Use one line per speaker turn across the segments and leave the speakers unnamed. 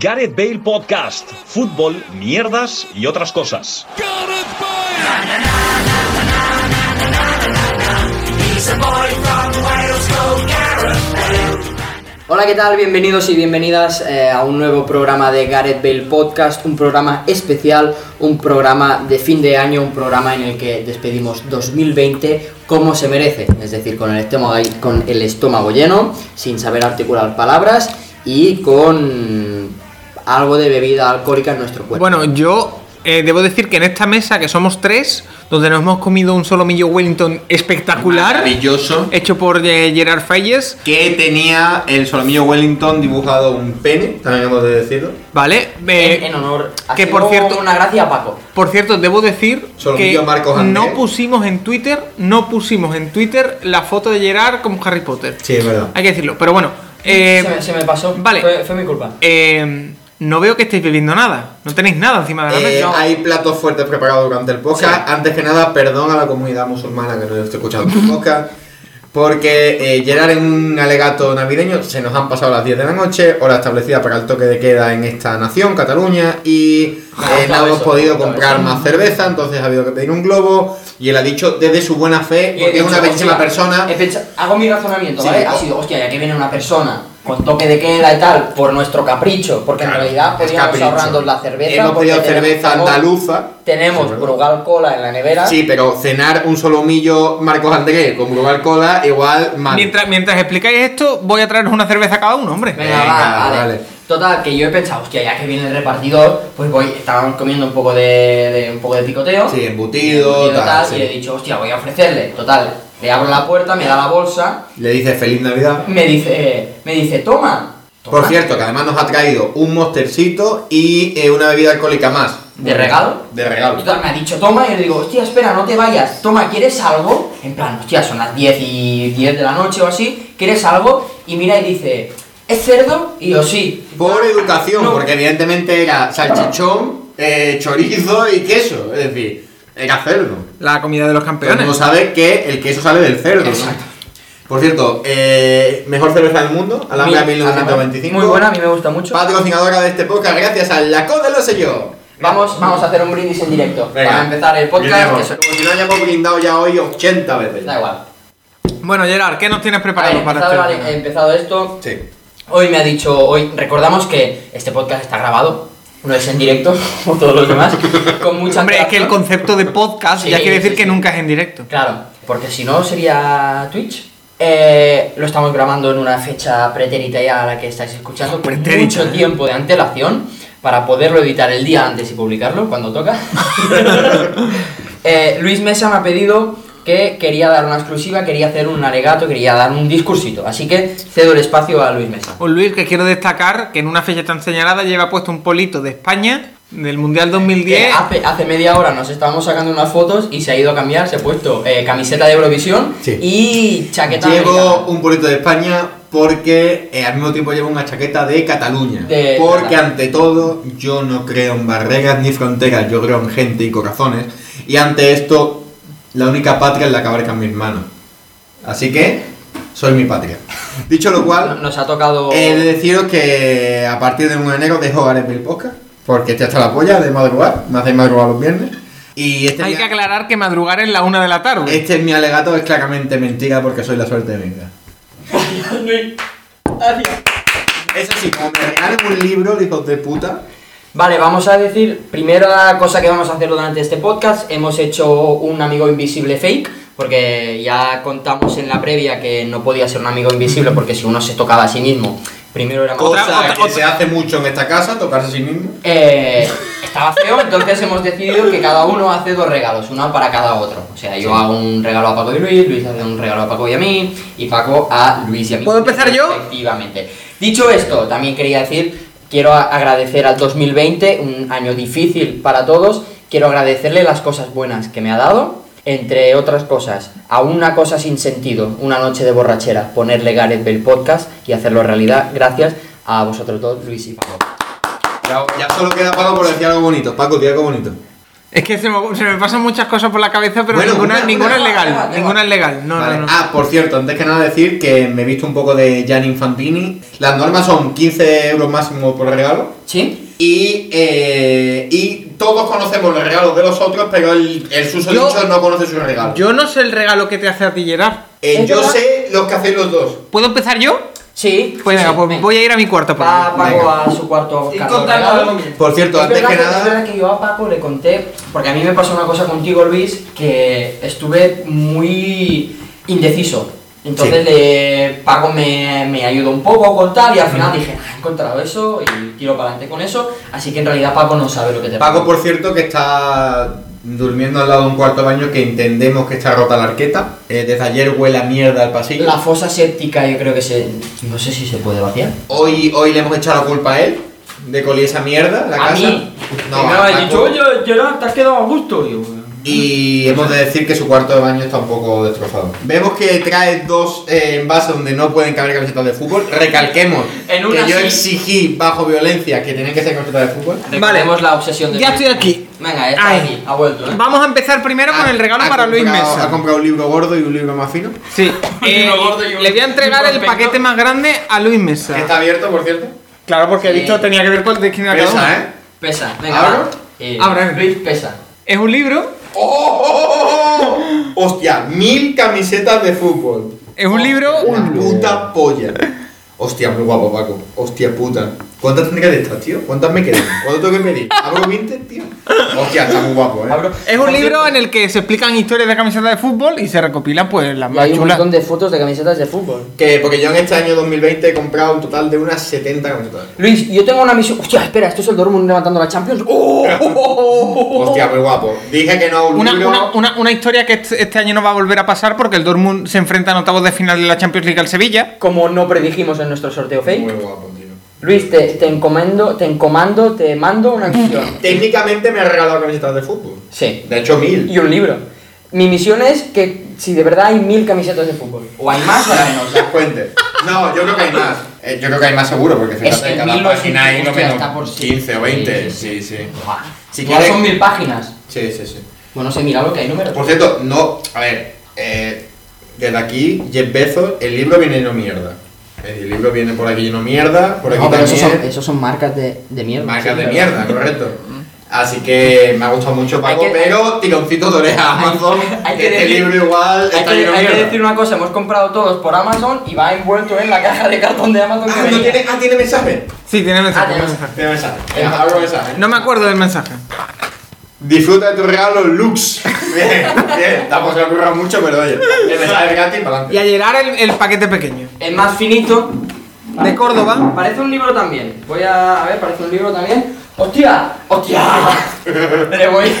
Gareth Bale Podcast, fútbol, mierdas y otras cosas.
Hola, ¿qué tal? Bienvenidos y bienvenidas eh, a un nuevo programa de Gareth Bale Podcast, un programa especial, un programa de fin de año, un programa en el que despedimos 2020 como se merece, es decir, con el estómago, ahí- con el estómago lleno, sin saber articular palabras y con algo de bebida alcohólica en nuestro cuerpo.
Bueno, yo eh, debo decir que en esta mesa, que somos tres, donde nos hemos comido un solomillo Wellington espectacular,
Maravilloso.
hecho por eh, Gerard Fayes,
Que tenía el solomillo Wellington dibujado un pene, también hemos de decirlo.
¿vale? Eh,
en, en honor a
que por cierto-
una gracia a Paco.
Por cierto, debo decir
Solomillo
que
Marcos Andrés.
no pusimos en Twitter, no pusimos en Twitter la foto de Gerard como Harry Potter.
Sí, es verdad.
Hay que decirlo, pero bueno. eh,
se, me, se me pasó.
vale.
Fue, fue mi culpa.
eh, no veo que estéis bebiendo nada. No tenéis nada encima de la
Eh,
mesa.
Hay platos fuertes preparados durante el podcast. Antes que nada, perdón a la comunidad musulmana que nos esté escuchando el podcast. Porque eh, Gerard en un alegato navideño se nos han pasado las 10 de la noche, hora establecida para el toque de queda en esta nación, Cataluña, y eh,
Ah,
no
claro,
hemos
eso,
podido
claro,
comprar
eso.
más cerveza, entonces ha habido que pedir un globo, y él ha dicho desde su buena fe,
Y he
porque es
dicho,
una bellísima
hostia,
persona,
he pensa- hago mi razonamiento,
Sí. pues.
¿vale? Ha sido, hostia, ya que viene una persona con toque de queda y tal, por nuestro capricho, porque
Claro,
en realidad
es
podríamos
capricho.
ahorrarnos la cerveza.
Hemos
porque
pedido
tenemos-
cerveza
tenemos-
andaluza. Sí,
Tenemos
¿verdad?
Brugal Cola en la nevera.
Sí, pero cenar un solomillo Marcos Andrés con Brugal Cola igual mal.
mientras, mientras explicáis esto, voy a traeros una cerveza a cada uno, hombre.
Venga,
Venga,
va, vale.
vale.
Total, que yo he pensado, hostia, ya que viene el repartidor, pues voy, estábamos comiendo un poco de, de- un poco de picoteo.
Sí, embutido,
tal,
tal,
y
sí.
le he dicho, hostia, voy a ofrecerle. Total, le abro la puerta, me da la bolsa,
Le dice feliz Navidad.
me dice, me dice, toma.
Por
toma".
cierto, que además nos ha traído un monstercito y eh, una bebida alcohólica más.
¿De regalo?
De
Y
regalo.
tal, me ha dicho, toma, y yo le digo, hostia, espera, no te vayas, toma, ¿quieres algo? En plan, hostia, son las 10 y 10 de la noche o así, ¿quieres algo? Y mira y dice, ¿es cerdo? Y yo, sí.
Por educación,
No.
porque evidentemente era salchichón, eh, chorizo y queso. Es decir, era cerdo.
La comida de los
Pero no
campeones.
sabe que el queso sale del cerdo. ¿no?
Exacto.
Por cierto, eh, mejor cerveza del mundo, Alhambra
Mi-
1925.
Muy buena, a mí me gusta mucho.
Patrocinadora de este podcast, gracias a la Coda lo sé yo.
Vamos, vamos a hacer un brindis en directo
Venga.
para empezar el podcast. que
Brindemos.
se-
Como si no hayamos brindado ya hoy 80 veces.
Da igual.
Bueno, Gerard, ¿qué nos tienes
Vale,
preparado para
empezado,
este
vale,
programa?
he empezado esto.
Sí.
Hoy me ha dicho, hoy recordamos que este podcast está grabado, no es en directo, como todos los demás, con mucha
Hombre, es que el
antelación.
concepto de podcast
Sí,
ya quiere decir
sí,
que
sí.
nunca es en directo.
Claro, porque si no sería Twitch. Eh, lo estamos grabando en una fecha pretérita ya a la que estáis escuchando, con
Pretérita,
mucho
¿eh?
tiempo de antelación para poderlo editar el día antes y publicarlo cuando toca. Eh, Luis Mesa me ha pedido que quería dar una exclusiva, quería hacer un alegato, quería dar un discursito, así que cedo el espacio a Luis Mesa.
Un Pues, Luis que quiero destacar que en una fecha tan señalada lleva puesto un polito de España del Mundial 2010.
Eh, hace, hace media hora nos estábamos sacando unas fotos y se ha ido a cambiar, se ha puesto eh, camiseta de Eurovisión
Sí.
y chaqueta americana.
Llevo un purito de España porque eh, al mismo tiempo llevo una chaqueta de Cataluña.
De
porque
Cataluña.
ante todo yo no creo en barreras ni fronteras, yo creo en gente y corazones. Y ante esto, la única patria es la que abarcan mis manos. Así que soy mi patria. Dicho lo cual,
Nos ha tocado...
He de deciros que a partir del 1 de enero dejo Gareth Bale Podcast, porque este hasta la polla de madrugar, me hacéis madrugar los viernes. Y este,
Hay
mi-
que aclarar que madrugar es la una de la tarde.
este es mi alegato, es claramente mentira porque soy la suerte de venga. Eso sí, como me regalen un libro, de hijos de puta.
Vale, vamos a decir, primera cosa que vamos a hacer durante este podcast, hemos hecho un amigo invisible fake, porque ya contamos en la previa que no podía ser un amigo invisible, porque si uno se tocaba a sí mismo, primero era
Cosa
otra-
que
otra-
se hace mucho en esta casa, tocarse a sí mismo.
Eh, estaba feo, entonces hemos decidido que cada uno hace dos regalos, uno para cada otro. O sea, yo hago un regalo a Paco y Luis, Luis hace un regalo a Paco y a mí, y Paco a Luis y a mí.
¿Puedo empezar yo?
Efectivamente. Dicho esto, también quería decir, quiero a- agradecer al 2020, un año difícil para todos, quiero agradecerle las cosas buenas que me ha dado. Entre otras cosas, a una cosa sin sentido, una noche de borrachera, ponerle Gareth Bell Podcast y hacerlo realidad gracias a vosotros dos, Luis y Paco.
Ya, ya solo queda Paco por decir algo bonito. Paco, di algo bonito.
Es que se me, se me pasan muchas cosas por la cabeza, pero
Bueno,
ninguna,
una-
ninguna
una-
es legal.
una-
ninguna es legal. No,
Vale.
no, no.
Ah, por cierto, antes que nada decir que me he visto un poco de Gianni Infantini. Las normas son 15 euros máximo por regalo.
¿Sí?
Y, eh, y todos conocemos los regalos de los otros, pero el, el susodicho
Yo-
no conoce su regalo.
Yo no sé el regalo que te hace a ti, Gerard.
Eh,
¿Es
yo
verdad?
sé los que hacéis los dos.
¿Puedo empezar yo?
Sí.
Pues
sí,
venga,
sí,
pues
ven.
voy a ir a mi cuarto. por
Va
ejemplo.
Paco
Venga.
a su cuarto a
Y
buscar los
contando
regalos.
algo mío.
Por cierto,
Es
antes
verdad,
que
que es verdad
nada.
que yo a Paco le conté, porque a mí me pasó una cosa contigo, Luis, que estuve muy indeciso. Entonces le- Paco me, me ayudó un poco con tal y al final dije, "Ah, he encontrado eso y tiro para adelante con eso. Así que en realidad Paco no sabe lo que te
Paco,
pasa.
por cierto, que está durmiendo al lado de un cuarto de baño que entendemos que está rota la arqueta. Eh, desde ayer huele a mierda el pasillo.
La fosa séptica yo creo que se... No sé si se puede vaciar.
Hoy, hoy le hemos echado la culpa a él de que olía esa mierda la
¿A
casa.
mí?
No,
me
a
ha
Paco.
dicho, oye, Gerard, te has quedado a gusto. Y yo,
Y hemos de decir que su cuarto de baño está un poco destrozado. Vemos que trae dos eh, envases donde no pueden caber camisetas de fútbol. Recalquemos
En
que
una
yo
sí.
exigí bajo violencia que tenían que ser camisetas de fútbol.
Vale.
Recordemos la obsesión de
Ya estoy aquí.
Venga, ya está
Ay.
aquí, ha vuelto, ¿eh?
Vamos a empezar primero con
Ah,
Ha-
el regalo
ha
para Luis
comprado- Ha
Mesa.
comprado un libro gordo y un libro más fino.
Sí. Eh,
libro gordo y un-
le voy a entregar
y un
el
prospecto.
paquete más grande a Luis
Que está
Mesa.
abierto, por cierto.
Claro, porque he
Sí.
visto tenía que ver cuál de quién era cada uno.
Pesa, ¿eh?
Pesa, venga.
¿Abro?
va. Eh,
Abre.
Luis, pesa.
Es un libro.
¡Oh, oh, oh, oh! Hostia, mil camisetas de fútbol.
Es un libro.
Una puta polla. Hostia, muy guapo, Paco. Hostia puta. ¿Cuántas tendría de estas, tío? ¿Cuántas me quedan? ¿Cuánto tengo que pedir? ¿Abro 20, tío? Hostia, está muy guapo, eh.
Abro.
Es un libro en el que se explican historias de camisetas de fútbol y se recopilan pues las
Y
más
hay un
chulas.
montón de fotos de camisetas de fútbol.
Que porque yo en este año 2020 he comprado un total de unas 70 camisetas.
Luis, yo tengo una misión. Hostia, espera, esto es el Dortmund levantando la Champions. ¡Oh!
Hostia, muy guapo. Dije que no a un
Una,
libro.
una- una- una historia que este este año no va a volver a pasar porque el Dortmund se enfrenta en octavos de final de la Champions League al Sevilla.
Como no predijimos en nuestro sorteo
Muy
fake.
guapo, tío.
Luis, te, te encomendo, te encomando, te mando una misión.
Técnicamente me ha regalado camisetas de fútbol.
Sí.
De hecho, mil.
Y un libro. Mi misión es que si de verdad hay mil camisetas de fútbol. O hay más o hay menos.
las cuentes. No, yo creo que hay más. Eh, yo creo que hay más seguro, porque
Es
fíjate,
que
cada
1900,
página hay no
hostia,
menos
está por sí.
15 o 20.
Sí,
Sí, sí.
Buah,
Si
igual
quieres-
son mil páginas.
Sí, sí, sí.
Bueno, no sé, mira lo que hay números.
Por cierto, no. A ver, eh, desde aquí, Jeff Bezos, el libro viene lleno de mierda. El libro viene por aquí lleno de mierda, por aquí
No, pero
también.
esos son, esos son marcas de, de mierda.
Marcas
sí,
de
pero-
mierda, correcto. Así que me ha gustado mucho
Hay
Paco,
que-
pero tironcito de oreja a Amazon.
hay que
este
decir-
libro igual
Hay
está
que,
lleno de
hay que
mierda.
decir una cosa, hemos comprado todos por Amazon y va envuelto en la caja de cartón de Amazon que
Ah, no
venía.
tiene, ah, tiene mensaje.
Sí, tiene mensaje.
Ah, tiene
tiene mensaje.
Tiene mensaje. Venga, abro mensaje.
No me acuerdo del mensaje.
Disfruta de tu regalo Lux. Bien, bien. Tampoco se me ocurra mucho, pero oye. Que me sale gratis para
Y
adelante.
a llegar el, el paquete pequeño.
Es más finito.
De Córdoba.
Parece un libro también. Voy a. A ver, parece un libro también. ¡Hostia! ¡Hostia! Le voy.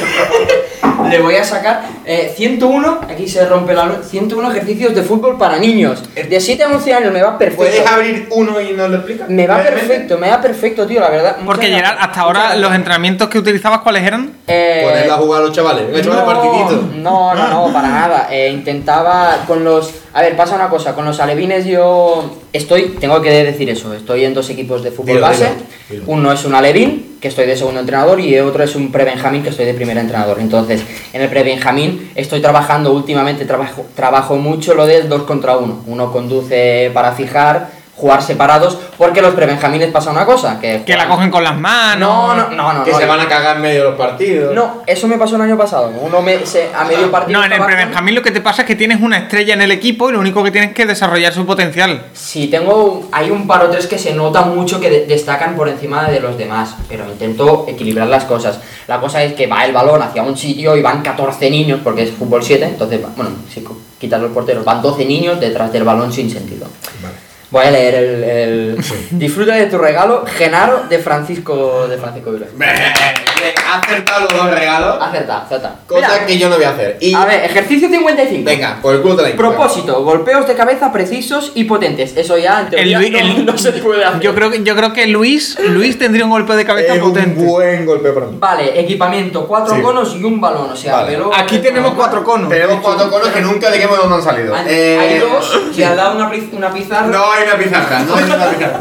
Le voy a sacar eh, 101, aquí se rompe la luz, 101 ejercicios de fútbol para niños. De 7 a 11 años me va perfecto.
¿Puedes abrir uno y nos lo explicas?
Me va
brevemente?
perfecto, me va perfecto, tío, la verdad.
Porque
Muchas
llegar
gracias.
hasta ahora
Muchas
los em-
gracias.
entrenamientos que utilizabas, ¿cuáles eran?
Eh,
Ponerla a jugar a los chavales. Venga, chavales, partidito.
No, no, no, para nada. Eh, intentaba con los. A ver, pasa una cosa. Con los alevines yo estoy. Tengo que decir eso. Estoy en dos equipos de fútbol
Dilo,
base.
dilo, dilo.
Uno es un alevín, que estoy de segundo entrenador, y otro es un prebenjamín, que estoy de primer entrenador. Entonces, en el prebenjamín estoy trabajando últimamente, trabajo, trabajo mucho lo del dos contra uno. Uno conduce para fijar, jugar separados, porque los prebenjamines pasa una cosa. Que,
Que la
juegan-
cogen con las manos.
No, no, no, no.
que
no,
se van a cagar en medio de los partidos.
no, eso me pasó el año pasado. Uno me, se- a medio
Ah,
partido.
No, en el
estaba con-
prebenjamín lo que te pasa es que tienes una estrella en el equipo y lo único que tienes que es desarrollar su potencial.
Si tengo. Hay un par o tres que se nota mucho que de- destacan por encima de los demás. Pero intento equilibrar las cosas. La cosa es que va el balón hacia un sitio y van 14 niños, porque es fútbol 7. Entonces, va- bueno, si co- quitas los porteros, van 12 niños detrás del balón sin sentido.
Vale.
Voy a leer el. el- Disfruta de tu regalo, Genaro de Francisco de Francisco Vilas.
Bien, bien. Ha acertado los dos regalos.
Acerta, acerta.
Cosa
Ah, Mira,
que yo no voy a hacer. Y
A ver, ejercicio 55.
venga, por el culo te la info.
Propósito, golpeos de cabeza precisos y potentes. Eso ya en teoría
Lui-
no,
el-
no se puede hacer.
Yo creo que, yo creo que Luis, Luis tendría un golpe de cabeza
Es un
potente.
buen golpe para mí.
Vale, equipamiento, cuatro
Sí.
conos y un balón. O sea,
Vale.
pelota-
Aquí tenemos cuatro conos.
Tenemos cuatro conos que nunca de qué modo no han salido.
Hay,
Eh,
hay dos y al lado una, pri- una pizarra.
No hay una pizarra, no hay una pizarra.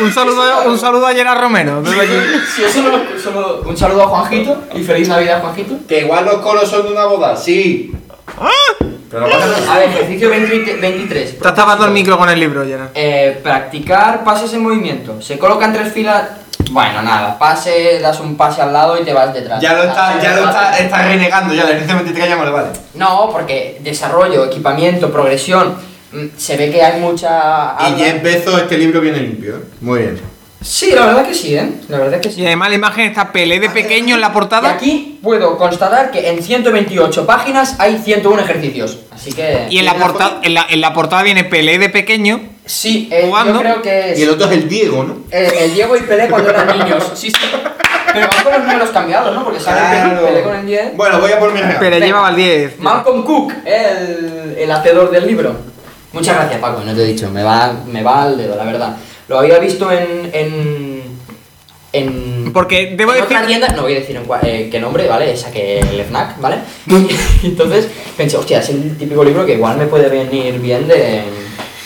Un saludo, un saludo a Gerard Romero. desde aquí.
Si eso no lo- solo un saludo a Juanjito y feliz Navidad, Juanjito.
Que igual los coros son de una boda, sí. Pero no pasa nada.
A ver, ejercicio 20 23.
Estás tapando el micro con el libro, Gerard.
Eh, practicar pases en movimiento. Se colocan tres filas. Bueno, nada, pase, das un pase al lado y te vas detrás. Ah,
Ya lo está,
Das
ya lo
un
está,
pase.
está renegando, ya la ejercicio 23 ya me lo vale.
No, porque desarrollo, equipamiento, progresión. mm, Se ve que hay mucha.
Y
habla.
Jeff Bezos, este libro viene limpio, ¿eh? Muy bien.
Sí, la verdad que sí, ¿eh? La verdad que sí.
Y además la imagen está Pelé de pequeño en la
Y
portada.
aquí puedo constatar que en 128 páginas hay 101 ejercicios. Así que.
Y en la, portada, en, la, en la portada viene Pelé de pequeño.
Sí, eh, yo
jugando.
creo que.
Y el otro es el Diego, ¿no?
El, el Diego y Pelé cuando eran niños. Sí, sí. Pero van con los números cambiados, ¿no? Porque sale Pelé- Pelé con el 10.
Bueno, voy a por mi regalo.
Pero
Venga.
llevaba el 10.
Malcolm Cook, el, el hacedor del libro. Muchas gracias, Paco. No te he dicho, me va, me va al dedo, la verdad. Lo había visto en. en. en
Porque debo
en otra
decir-
tienda, no voy a decir en cua- eh, qué nombre, ¿vale? Saqué el Fnac, ¿vale? Entonces pensé, hostia, es el típico libro que igual me puede venir bien de.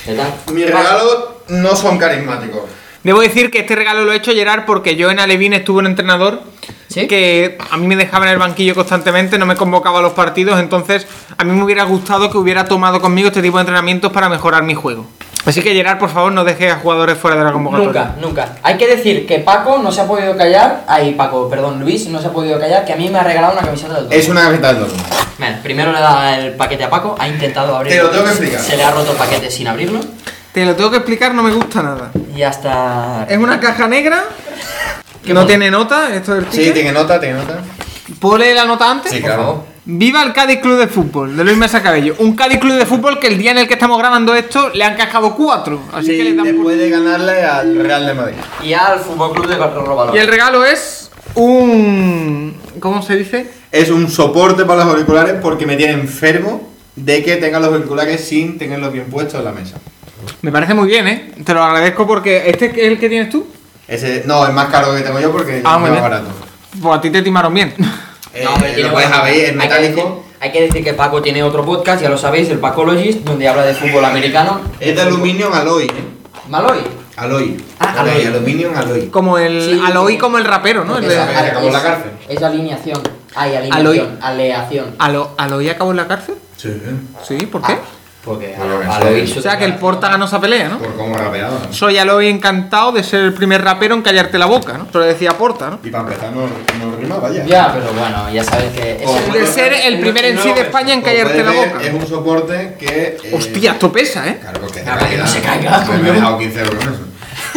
de tal.
Mi regalo no son carismáticos.
Debo decir que este regalo lo he hecho Gerard porque yo en Alevín estuve un entrenador
¿Sí?
que a mí me dejaba en el banquillo constantemente, no me convocaba a los partidos, entonces a mí me hubiera gustado que hubiera tomado conmigo este tipo de entrenamientos para mejorar mi juego. Así que Gerard, por favor, no dejes a jugadores fuera de la convocatoria.
Nunca, nunca. Hay que decir que Paco no se ha podido callar. Ay, Paco, perdón, Luis no se ha podido callar. Que a mí me ha regalado una camiseta del Dortmund.
Es una camiseta del Dortmund.
Vale, primero le da el paquete a Paco. Ha intentado abrirlo.
Te lo tengo que explicar.
Se le ha roto el paquete sin abrirlo.
Te lo tengo que explicar, no me gusta nada.
Y hasta.
Es una caja negra que no tiene nota, esto del
Sí,
ticket.
tiene nota, tiene nota.
¿Puedo leer la nota antes?
Sí, claro.
Viva el Cádiz Club de Fútbol, de Luis Mesa Cabello. Un Cádiz Club de Fútbol que el día en el que estamos grabando esto le han cascado cuatro. Así Ah, que le
Y
damos
después de ganarle al Real de Madrid.
Y al Fútbol Club de Corro Valor.
Y el regalo es un... ¿Cómo se dice?
Es un soporte para los auriculares porque me tiene enfermo de que tenga los auriculares sin tenerlos bien puestos en la mesa.
Me parece muy bien, ¿eh? Te lo agradezco porque este es el que tienes tú.
Ese, no, es más caro que tengo yo porque
Ah,
es
muy
más
bien.
barato.
Pues a ti te timaron bien.
Eh,
No, hombre, tiene
lo puedes
buena-
saber, es
hay que
metálico.
decir- Hay que decir que Paco tiene otro podcast, ya lo sabéis, el Pacologist, donde habla de fútbol americano.
Es de aluminio Aloy. eh.
Maloy.
Aloy.
Ah,
Aloy,
Aloy.
aluminio Aloy.
Como el...
Sí,
Aloy
sí.
como el rapero, ¿no? El de-
Esa- se acabó la cárcel.
Es alineación. Ay,
Aloy.
alineación. Aleación.
Alo- ¿Aloy acabó en la cárcel?
Sí, eh.
Sí, ¿por qué?
Porque
Ah, lo que
Aloy.
sea.
o sea, que el Porta ganó esa pelea, ¿no?
Ah. Por cómo rapeado. ¿no?
Soy Aloy encantado de ser el primer rapero en callarte la boca, ¿no? Eso le decía Porta, ¿no?
Y para empezar no, no rima, vaya.
Ya, pero bueno, ya sabes que.
O
el-
De ser el primer en sí de España en
Como
callarte la
puedes ver,
boca.
Es un soporte que. eh,
Hostia, esto pesa, ¿eh?
Claro, porque es de
Ah, para que no
calidad.
se caiga,
Yo Me
coño.
he dejado 15 euros en eso.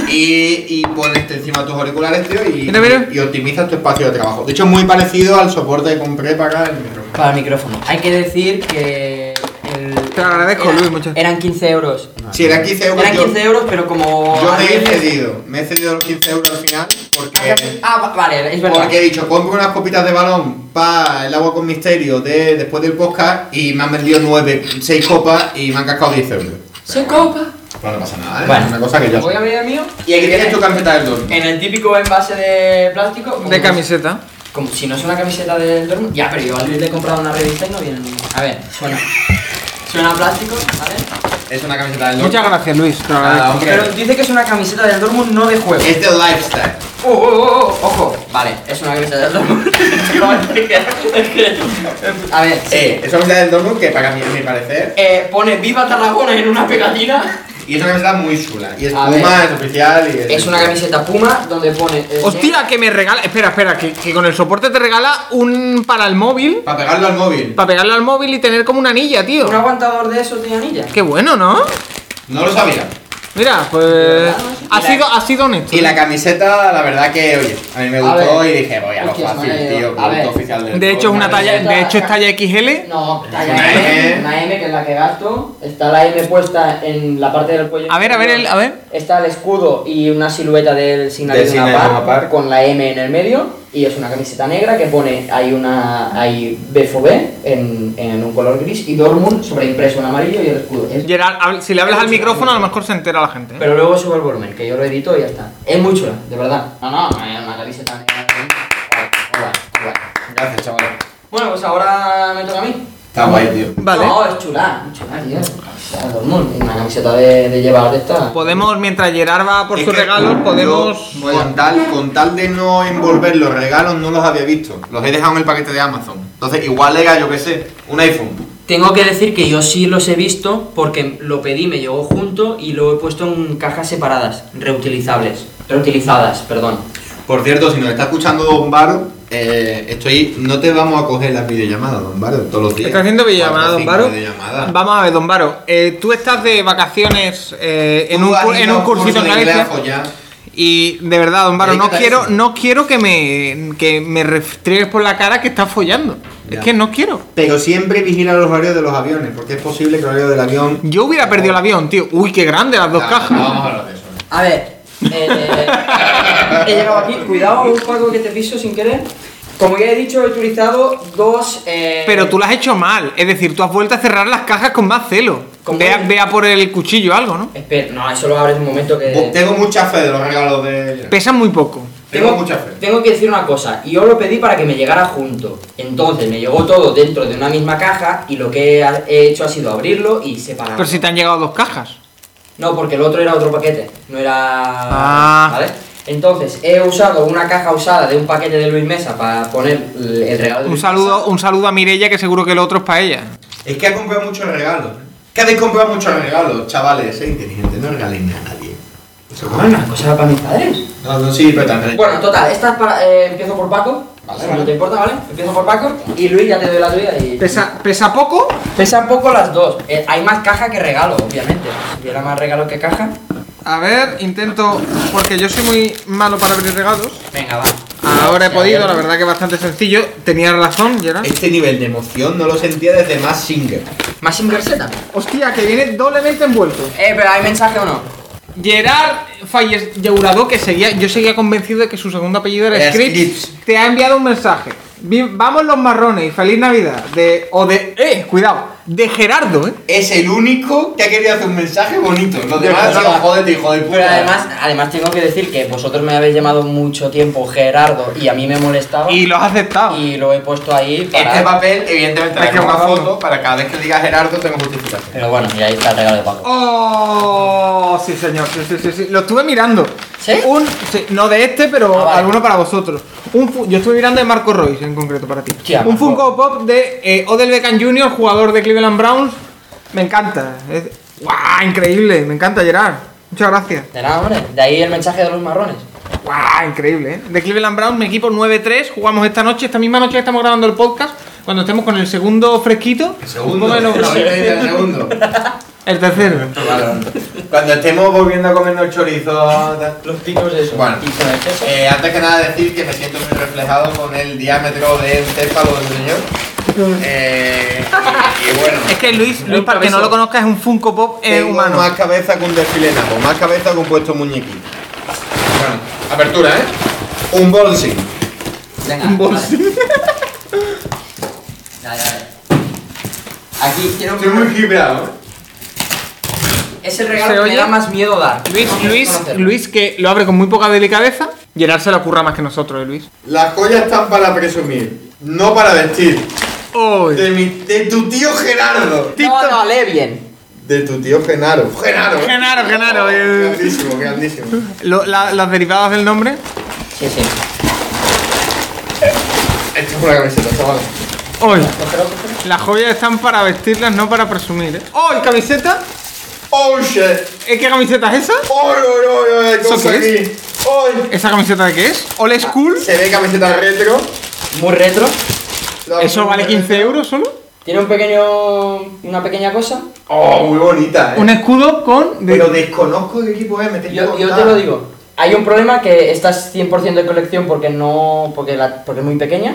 Y, y pones este encima tus auriculares, tío, y,
Mira, mira.
y optimizas tu espacio de trabajo. De hecho, es muy parecido al soporte que compré para el micrófono.
Para el micrófono. Hay que decir que. el-
Te lo agradezco,
eran-
Luis, muchas-
Eran 15 euros.
Si eran 15 euros,
Eran
yo,
15 euros, pero como.
yo me he
alguien-
cedido. Me he cedido los 15 euros al final porque,
Ah, va- vale, es verdad.
porque he dicho, compro unas copitas de balón para el agua con misterio de, después del podcast y me han vendido 9, 6 copas y me han cascado 10 euros.
Se copa.
Pero no pasa nada, ¿eh?
Bueno.
es una cosa que yo
Voy a abrir el mío.
Y aquí tienes tu camiseta del Dortmund.
En el típico envase de plástico. como-
De camiseta.
Como si no es una camiseta del Dortmund. Ya, pero yo a Luis le he comprado una revista y no viene. A ver, suena. Suena a plástico, ¿vale? Ah,
Es una camiseta del Dortmund.
Muchas gracias, Luis. Te lo agradezco.
hombre.
Pero dice que es una camiseta del Dortmund, no de juego.
Es de lifestyle.
Oh, oh, oh, oh, ojo. Vale, es una camiseta del Dortmund. a ver, sí.
Eh, es una camiseta del Dortmund que para mí, a mi parecer,
Eh, pone Viva Tarragona en una pegatina.
y es una camiseta muy chula. Y es
A
Puma, es oficial y
Es una camiseta Puma donde pone. eh,
Hostia, que me regala. Espera, espera, que, que con el soporte te regala un para el móvil.
Para pegarlo al móvil.
Para pegarlo al móvil y tener como una anilla, tío.
Un aguantador de esos de anilla.
Qué bueno, ¿no?
No lo sabía.
Mira, pues. Ha
Y la-
sido, ha sido honesto.
Y la camiseta, la verdad que, oye, a mí me
A
gustó
ver.
y dije, voy a lo
Hostia, se me
fácil,
ha ido. A
tío, producto
ver.
oficial del
De hecho, es
Dortmund.
una talla. De hecho, es talla XL.
No, talla
Una
M,
M.
una M que es la que gasto. Está la M puesta en la parte del cuello.
A ver, a ver, el-
inferior.
a ver.
Está el escudo y una silueta del signal
Del
de una
signal de
par,
una par.
con la M en el medio. Y es una camiseta negra que pone, hay una, hay BFB en, en un color gris y Dortmund sobreimpreso en amarillo y el escudo. Es-
Gerard, hab- si le hablas al micrófono, a lo mejor se entera la gente. ¿eh?
Pero luego subo el volumen, que yo lo edito y ya está. Es muy chula, de verdad. No, no, una una camiseta negra. Hola, hola.
Gracias, chaval.
Bueno, pues ahora me toca a mí.
Está guay, tío.
Vale.
No, es chula, chula, tío.
a Dortmund, y una camiseta de, de llevar esta.
Pues,
Podemos, mientras Gerard va por
Es
su
que
regalo,
yo,
podemos.
con, tal, con tal de no envolver los regalos, no los había visto. Los he dejado en el paquete de Amazon. Entonces, igual era, yo qué sé, un iPhone.
Tengo que decir que yo sí los he visto porque lo pedí, me llegó junto y lo he puesto en cajas separadas, reutilizables, reutilizadas, perdón.
Por cierto, si nos está escuchando Don Baro, eh, estoy, no te vamos a coger las videollamadas, Don Baro, todos los días.
Está haciendo videollamada,
videollamadas,
don Varo. Vamos a ver, don Varo. eh, tú estás de vacaciones eh, en, un, cur- en un cursito en Galicia. Y de verdad, don Varo, no
Dedícate a
quiero,
eso.
no quiero que me, que me restriegues por la cara que estás follando.
Ya.
Es que no quiero.
Pero siempre vigila los horarios de los aviones, porque es posible que el horario del avión.
Yo hubiera perdido el avión, tío. Uy, qué grande las dos
Nah,
cajas.
no vamos a hablar de eso.
A ver,
Eh, he llegado aquí, cuidado Paco que te piso sin querer. Como ya he dicho, he utilizado dos... eh,
Pero tú lo has hecho mal. Es decir, tú has vuelto a cerrar las cajas con más celo.
¿Cómo
Vea,
es?
vea por el cuchillo o algo, ¿no?
Espera, no, eso lo abres un momento que...
Bu- Tengo mucha fe de los regalos de.
Pesan muy poco.
Tengo mucha fe.
tengo que decir una cosa, yo lo pedí para que me llegara junto. Entonces me llegó todo dentro de una misma caja y lo que he ha- he hecho ha sido abrirlo y separarlo.
Pero si te han llegado dos cajas.
No, porque el otro era otro paquete, no era...
Ah.
¿Vale? Entonces he usado una caja usada de un paquete de Luis Mesa para poner el el regalo de
Un
Luis
saludo,
Mesa.
un saludo a Mirella que seguro que el otro es para ella.
Es que ha comprado muchos regalos. Que habéis comprado muchos regalos, chavales. Sé inteligente, no regaléis nada a nadie. Eso es bueno.
Una cosa para mis padres.
No, no sirve pero también.
Bueno, total, esta es para, eh, empiezo por Paco.
Vale,
si
vale.
no te importa, ¿vale? Empiezo por Paco y Luis ya te doy la tuya y...
Pesa, pesa poco,
Pesan poco las dos. Eh, hay más caja que regalo, obviamente. Si hubiera más regalo que caja,
A ver, intento, porque yo soy muy malo para abrir regalos.
venga, va.
Ahora he
Ya,
podido,
ya.
la verdad que bastante sencillo. Tenía razón, Gerard.
Este nivel de emoción no lo sentía desde más Singer.
Más sin camiseta.
Hostia, que viene doblemente envuelto.
Eh, pero ¿hay mensaje o no?
Gerard Falles Llauradó, que seguía, yo seguía convencido de que su segundo apellido era
Era
Scripps,
Scripps.
te ha enviado un mensaje. Vi- Vamos los marrones y feliz Navidad. De, o de. ¡Eh! Cuidado. De Gerardo, ¿eh?
Es el único que ha querido hacer un mensaje bonito. Los demás han sido jódete, hijo de puta.
Pero además, además tengo que decir que vosotros me habéis llamado mucho tiempo Gerardo y a mí me molestaba.
Y lo has aceptado.
y lo he puesto ahí para...
Este papel, evidentemente,
Es
es
que
una
guardamos.
foto para cada vez que diga Gerardo tengo justificación.
Pero bueno, y ahí está el regalo de Paco.
Oh, sí señor, sí, sí, sí, sí. Lo estuve mirando.
¿Sí?
Un, sí, no de este, pero
Ah, vale.
alguno para vosotros. Un, fu- yo estuve mirando de Marco Royce en concreto para ti.
Hostia,
un
Marco.
Funko Pop de eh, Odell Beckham Jr., jugador de Cleveland Browns. Me encanta. Es- ¡Guau! Increíble. Me encanta, Gerard. Muchas gracias.
De nada, hombre. De ahí el mensaje de los marrones.
¡Guau! Increíble, ¿eh? De Cleveland Browns, mi equipo 9-3. Jugamos esta noche, esta misma noche que estamos grabando el podcast. Cuando estemos con el segundo fresquito.
Segundo,
Bueno,
la vida dice el segundo.
el tercero.
Cuando estemos volviendo a comernos el chorizo. tal.
Los picos eso.
Bueno.
Y con el queso.
Eh, antes que nada decir que me siento muy reflejado con el diámetro de un céfalo del señor. Eh, y, y bueno.
Es que Luis, Luis, para el que no lo conozca, es un Funko Pop eh,
tengo
humano.
más cabeza que un desfile naco, más cabeza que un puesto muñequito. Bueno, apertura, ¿eh? Un bolsín.
Venga,
Un
vale.
bolsillo.
Dale, dale. Aquí quiero
Estoy muy ¿eh? vibrado.
Es el
¿Se
regalo que
oye?
me da más miedo dar.
Luis,
Vamos a
Luis,
conocerlo.
Luis, que lo abre con muy poca delicadeza. Gerard se le ocurra más que nosotros, eh, Luis.
Las joyas están para presumir, no para vestir.
Uy.
De, mi, de tu tío Gerardo.
No, no, lee bien.
De tu tío Genaro. Genaro. ¿eh?
Genaro, Genaro, eh.
Grandísimo, grandísimo.
Lo- la- las derivadas del nombre.
Sí, sí.
Esto es una camiseta, chaval.
Uy. Las joyas están para vestirlas, no para presumir. ¿eh? ¡Oh, ¿y camiseta!
Oh shit.
¿Eh, ¿Qué camiseta es esa?
¡Oh, no, no, no! hay
¿Eso
cosa
qué
aquí! ¡Ay!
¿Esa camiseta de qué es? ¿All School?
Se ve camiseta retro.
Muy retro.
La-
¿Eso vale 15 euros solo?
Tiene un pequeño. una pequeña cosa.
¡Oh, muy bonita, eh!
Un escudo con. de-
Pero desconozco qué equipo es, me tengo
Yo,
que
yo te
contar.
lo digo. Hay un problema que esta es 100% de colección porque no. Porque, la- porque es muy pequeña.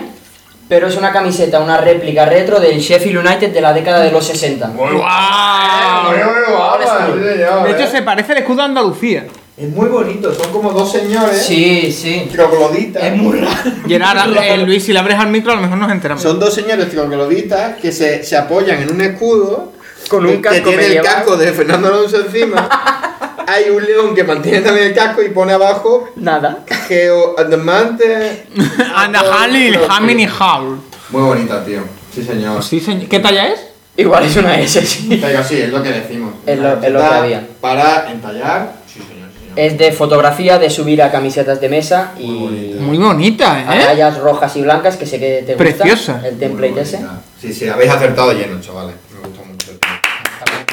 Pero es una camiseta, una réplica retro del Sheffield United de la década de los 60.
Muy
¡Guau!
guapa, muy guapa, sí, señor,
Ah. de hecho,
eh.
se parece al escudo de Andalucía.
Es muy bonito, son como dos señores.
Sí, sí.
Trogloditas.
Es muy raro.
Gerard, eh, Luis, si le abres al micro, a lo mejor nos enteramos.
Son dos señores trogloditas que se, se apoyan en un escudo.
Con un
que-
casco
Que tiene el
medieval.
casco de Fernando Alonso encima. Hay un león que mantiene también el casco y pone abajo
Nada.
Geo Adamante.
Ana Halil, Hamini Hall.
Muy bonita, tío. Sí, señor.
Sí, Pues señor. ¿Qué talla es?
Igual es una S, sí.
Pero sí, es lo que decimos.
Es lo- es lo que había.
Para entallar. Sí, señor. sí, señor.
Es de fotografía, de subir a camisetas de mesa y
Muy bonita.
Muy bonita,
a
¿eh?
rayas rojas y blancas, que sé que te gusta.
Preciosa.
El template
Muy
ese.
bonita. Sí, sí, habéis acertado lleno, chavales. Me gusta mucho. el tema.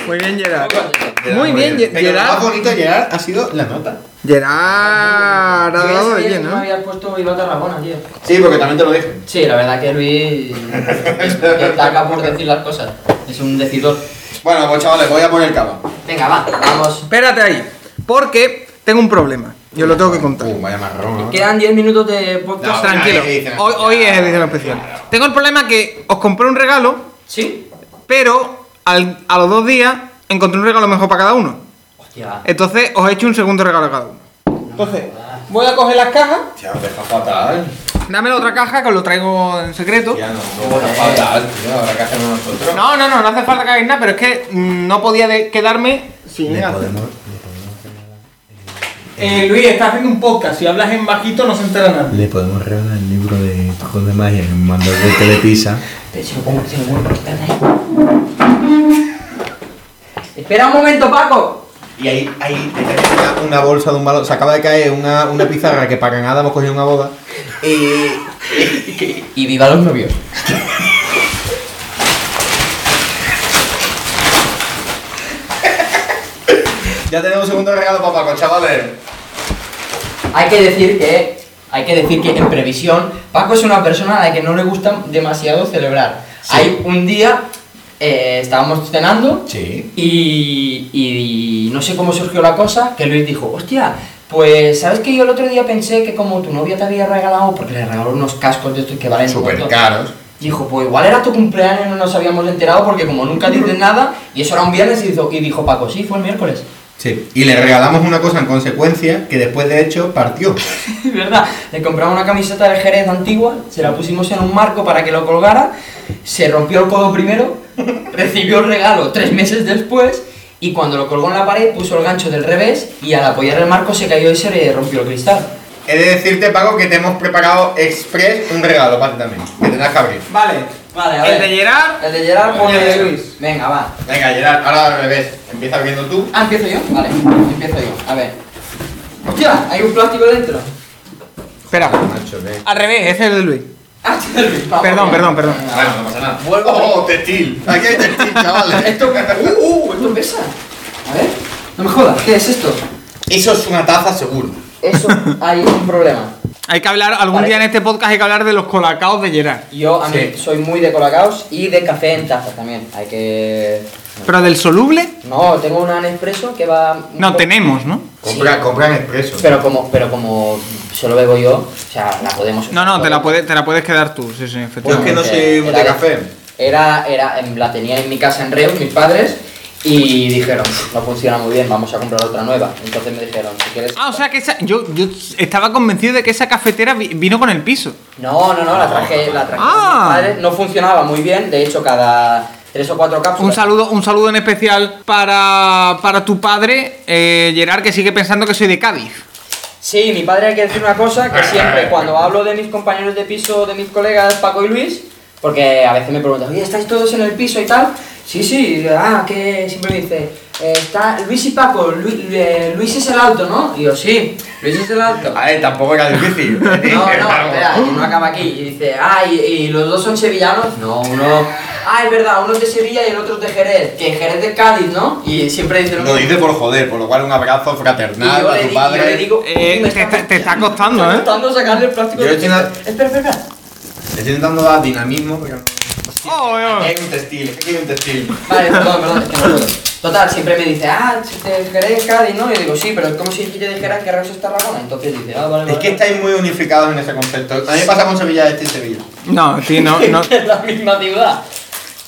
Muy bien, Gerard.
Gerard,
Muy bien, Ge-
Pero lo
Gerard.
más bonito, Gerard, ha sido la nota.
Gerard ha dado de
No
lleno. ¿eh?
habías puesto Bilbao Tarragona, tío.
Sí, porque también te lo dije.
Sí, la verdad que Luis destaca por decir las cosas. Es un decidor.
Bueno, pues chavales, voy a poner cava.
Venga, va, vamos.
Espérate ahí, porque tengo un problema. Yo lo tengo que contar.
Uh, vaya marrón, ¿no?
Quedan 10 minutos de podcast.
No,
Tranquilo,
nadie dice nada.
hoy, hoy es edición especial. Tengo el problema que os compré un regalo,
¿Sí?
pero al- a los dos días encontré un regalo mejor para cada uno.
Hostia.
Entonces os he hecho un segundo regalo a cada uno. Entonces, voy a coger las cajas,
Tía, os deja fatal.
dame la otra caja que os lo traigo en secreto.
Tía, no, no, bueno, fatal, tío. Ahora que hacemos nosotros.
No, no, no, no hace falta que hagáis nada, pero es que mm, no podía de- quedarme sin hacer- Eh, Luis, estás haciendo un podcast, si hablas en bajito no se entera nada.
Le podemos regalar el libro de trucos de magia que me mandó de Telepisa.
Espera un momento, Paco.
Y ahí, ahí te cae una- una bolsa de un balón. Se acaba de caer una, una pizarra que para nada hemos cogido una boda. Y.
Y viva los novios.
Ya tenemos segundo regalo para Paco, chavales.
Hay que decir que hay que decir que en previsión Paco es una persona a la que no le gusta demasiado celebrar. Hay un día eh, estábamos cenando
Sí.
y, y no sé cómo surgió la cosa que Luis dijo, hostia, pues sabes que yo el otro día pensé que como tu novia te había regalado porque le regaló unos cascos de estos que valen un
Súper
montón".
caros.
Dijo, pues igual era tu cumpleaños y no nos habíamos enterado porque como nunca dices nada y eso era un viernes y dijo, y dijo Paco, sí, fue el miércoles.
Sí. Y le regalamos una cosa en consecuencia que después de hecho partió.
Es verdad, le compramos una camiseta de Jerez antigua, se la pusimos en un marco para que lo colgara, se rompió el codo primero, recibió el regalo tres meses después y cuando lo colgó en la pared puso el gancho del revés y al apoyar el marco se cayó y se le rompió el cristal.
He de decirte, Paco, que te hemos preparado express un regalo para ti también. Que tendrás que abrir.
Vale,
Vale,
el de Gerard,
El de Gerard pone
El de Luis.
Venga, va.
Venga, Gerard, ahora al revés. Empieza abriendo tú.
Ah, empiezo yo. Vale, empiezo yo. A ver. Hostia, hay un plástico dentro.
espera,
Macho, ve.
al revés, ese es el de Luis.
Ah, Luis, vamos,
Perdón,
venga.
perdón, perdón.
Venga,
Bueno, no pasa nada.
Vuelvo.
¡Oh, textil! Aquí hay textil,
va.
chavales.
Esto, uh, uh, esto pesa. A ver, no me jodas, ¿qué es esto?
Eso es una taza seguro.
Eso, hay un problema.
Hay que hablar, algún
Vale.
día en este podcast hay que hablar de los colacaos de Gerard.
Yo a mí
Sí.
soy muy de colacaos y de café en taza también. Hay que.
Pero del soluble,
No, tengo una Nespresso que va. un
no
poco-
tenemos, ¿no?
Compra, compra en expreso.
Pero como, pero como solo bebo yo, o sea, la podemos.
No, no, te la puedes, te la puedes quedar tú, sí, sí,
Yo es
efectivamente.
que no
Porque
soy de
era-
café.
Era, era, em, la tenía en mi casa en Reus, mis padres, y dijeron, no funciona muy bien, vamos a comprar otra nueva. Entonces me dijeron, si quieres.
Ah, o sea que esa- yo, yo estaba convencido de que esa cafetera vi- vino con el piso.
No, no, no, la traje, la traje.
Ah.
Mis padres, no funcionaba muy bien, de hecho, cada tres o cuatro cápsulas.
Un saludo, un saludo en especial para, para tu padre, eh, Gerard, que sigue pensando que soy de Cádiz.
Sí, mi padre hay que decir una cosa, que siempre cuando hablo de mis compañeros de piso, de mis colegas Paco y Luis, porque a veces me preguntan, oye, ¿estáis todos en el piso y tal? Sí, sí, ah, que siempre me dice, "Eh, está Luis y Paco, Luis, Luis es el alto, ¿no? Y yo, sí, Luis es el alto.
A ver, tampoco era difícil.
No, no, espera, que no acaba aquí. Y dice, ah, y, y los dos son sevillanos. No, uno. Ah, es verdad, uno es de Sevilla y el otro es de Jerez. Que Jerez es de Cádiz, ¿no? Y siempre dice
Lo dice por joder, por lo cual un abrazo
y
fraternal
yo
a
le di-
tu
yo le
padre.
digo,
Eh,
"Me
te está- te está costando,
me
¿eh?
está costando sacarle el plástico.
Yo
de-
he hecho una-
Espera, espera.
Le estoy intentando dar dinamismo, pero no.
Oh, oh.
Aquí hay un textil, aquí hay un textil.
Vale, perdón, perdón, es que no puedo. Total, siempre me dice, ah, si te Jerez, Cádiz, ¿no? Y yo digo, sí, pero es como si yo te dijera que Reus es Tarragona. Entonces dice, ah, vale, vale.
Es que estáis muy unificados en ese concepto. A mí me pasa con Sevilla este y Sevilla.
No, tío, no, no.
es la misma ciudad.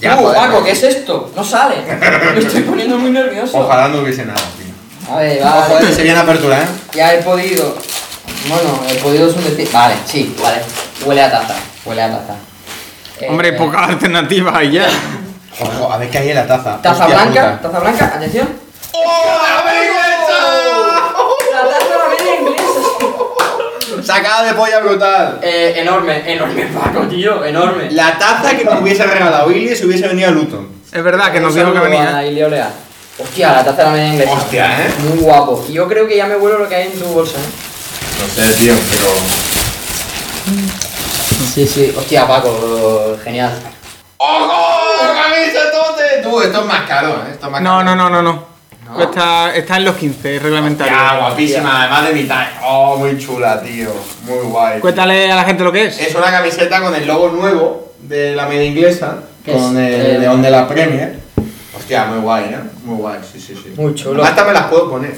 Ya,
uh,
joder,
Paco,
no.
¿qué es esto? No sale. Me estoy poniendo muy nervioso.
Ojalá no hubiese nada, tío.
A ver,
Ojo de
vale.
Sevilla en apertura, ¿eh?
Ya he podido. Bueno, he podido es un decir. Vale, sí, vale. Huele a taza. Huele a taza. Eh,
Hombre, pocas alternativas hay ya.
Ojo, a ver qué hay en la taza.
Taza
Hostia
blanca,
puta.
taza blanca, atención. ¡Oh, La taza la media inglesa.
Sacada de polla brutal.
Eh, enorme, enorme, Paco, tío, enorme.
La taza que nos hubiese regalado Billy se hubiese venido a Luton.
Es verdad que
Un
nos dijo que
saludo
venía.
a Ilio Leal. Hostia, la taza de la media inglesa.
Hostia, ¿eh?
Muy guapo. Y yo creo que ya me vuelvo lo que hay en tu bolsa. ¿eh?
No sé, tío, pero.
Sí, sí. Hostia, Paco, genial.
¡Ojo! ¡Camisa tote! Tú, esto es más caro, ¿eh? Esto es más
No,
caro.
no, no, no, no. Cuesta- está en los 15, es reglamentario.
Ya, guapísima, además de mitad. Oh, muy chula, tío. Muy guay.
Cuéntale a la gente lo que es.
Es una camiseta con el logo nuevo de la media inglesa,
¿Qué
con
es?
el
Eh,
león de la Premier.
Hostia, muy guay, ¿eh? Muy guay, sí, sí, sí.
Muy chulo.
Además, Estas me las puedo poner,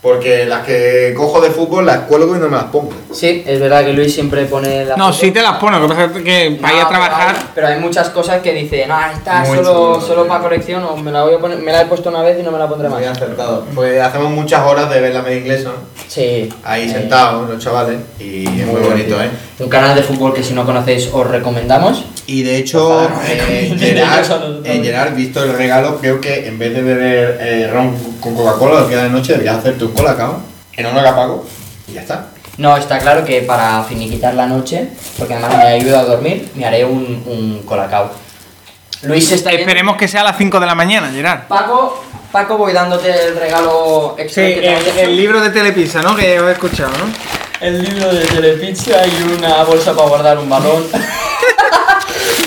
porque las que cojo de fútbol las cuelgo y no me las pongo.
Sí, es verdad que Luis siempre pone la.
No,
foto.
sí te las pone, lo que pasa es que para ir a
No,
trabajar.
Pero hay, pero hay muchas cosas que dicen, ah, esta
Muy
solo,
chulo,
solo
tío.
para colección o me la voy a poner, me la he puesto una vez y no me la pondré más.
eh. Muy acertado. Pues hacemos muchas horas de ver la media inglesa,
Sí.
ahí
Eh,
sentados los chavales, y es muy, bonito, ¿eh?
Un canal de fútbol que si no conocéis os recomendamos.
Y de hecho, eh, Gerard,
Nosotros
eh, Gerard, visto el regalo, creo que en vez de beber eh, ron con Coca-Cola al final de noche, deberías hacerte un colacao en honor a Paco y ya está.
No, está claro que para finiquitar la noche, porque además me ayuda a dormir, me haré un, un colacao. Luis está bien.
Pues Esperemos que sea a las 5 de la mañana, Gerard.
Paco, Paco, voy dándote el regalo
Sí,
extra. que
el,
te había hecho.
el libro de Telepizza, ¿no? Que os he escuchado, ¿no?
El libro de Telepizza y una bolsa para guardar un balón.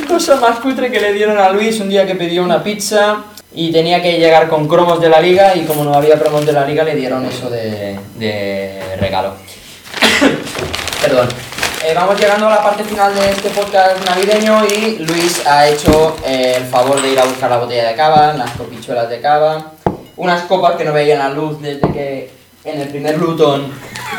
Cosa más cutre que le dieron a Luis un día que pidió una pizza y tenía que llegar con cromos de la liga y como no había cromos de la liga le dieron eso de, de regalo. Perdón. Eh, vamos llegando a la parte final de este podcast navideño y Luis ha hecho eh, el favor de ir a buscar la botella de cava, las copichuelas de cava, unas copas que no veían la luz desde que en el primer Luton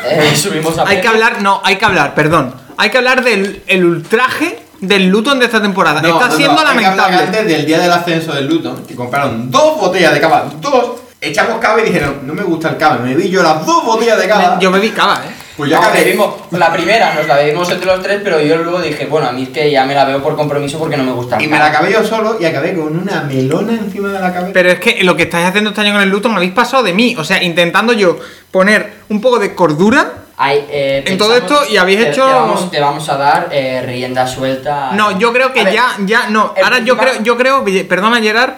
eh, subimos a...
Hay que hablar, no, hay que hablar, perdón. Hay que hablar del el ultraje del Luton de esta temporada.
No,
Está
no, no,
siendo
hay que hablar
lamentable.
antes del día del ascenso del Luton, que compraron dos botellas de cava, dos. Echamos cava y dijeron, no me gusta el cava, me vi yo las dos botellas de cava.
Yo me vi cava, ¿eh?
pues ya
No,
acabé.
bebimos la primera, nos la bebimos entre los tres, pero yo luego dije, bueno, a mí es que ya me la veo por compromiso porque no me gusta.
Y me la acabé yo solo y acabé con una melona encima de la cabeza.
Pero es que lo que estáis haciendo este año con el Luton habéis pasado de mí. O sea, intentando yo poner un poco de cordura.
Ay, eh,
En todo
pensamos-
esto, y habéis
te-
hecho-
Te vamos, te vamos a dar eh, rienda suelta.
No, yo creo que
A ver,
ya, ya, no.
el
Ahora yo
principal-
creo, yo creo, perdona Gerard,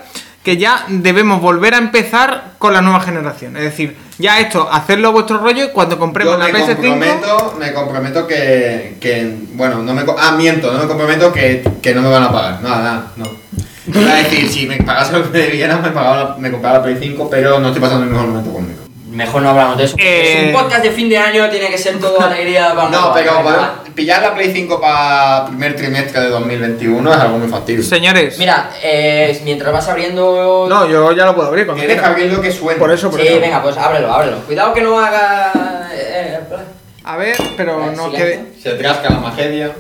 que ya debemos volver a empezar con la nueva generación. Es decir, ya esto, hacerlo a vuestro rollo y cuando compremos
Yo
la
me
PS5.
comprometo, me comprometo que, que- bueno, no me co- ah miento, no me comprometo que, que no me van a pagar, nada, nada, no. Iba a decir, si me pagase lo que me debieran, me, pagaba la- me compraba la Play 5, pero no estoy pasando el mejor momento conmigo.
Mejor no hablamos de eso.
Eh,
Es un podcast de fin de año, tiene que ser todo alegría. Vamos,
No, pero
vamos.
para pillar la Play 5 para primer trimestre de 2021 es algo muy factible.
Señores.
Mira, eh, mientras vas abriendo.
No, yo ya lo puedo abrir cuando
Tienes que
quiera.
abrir lo que suena.
Por eso, por
Sí,
eso.
venga, pues ábrelo, ábrelo. Cuidado que no haga. eh, eh,
A ver, pero
Eh,
no os
silencio.
quede.
Se trasca la magedia.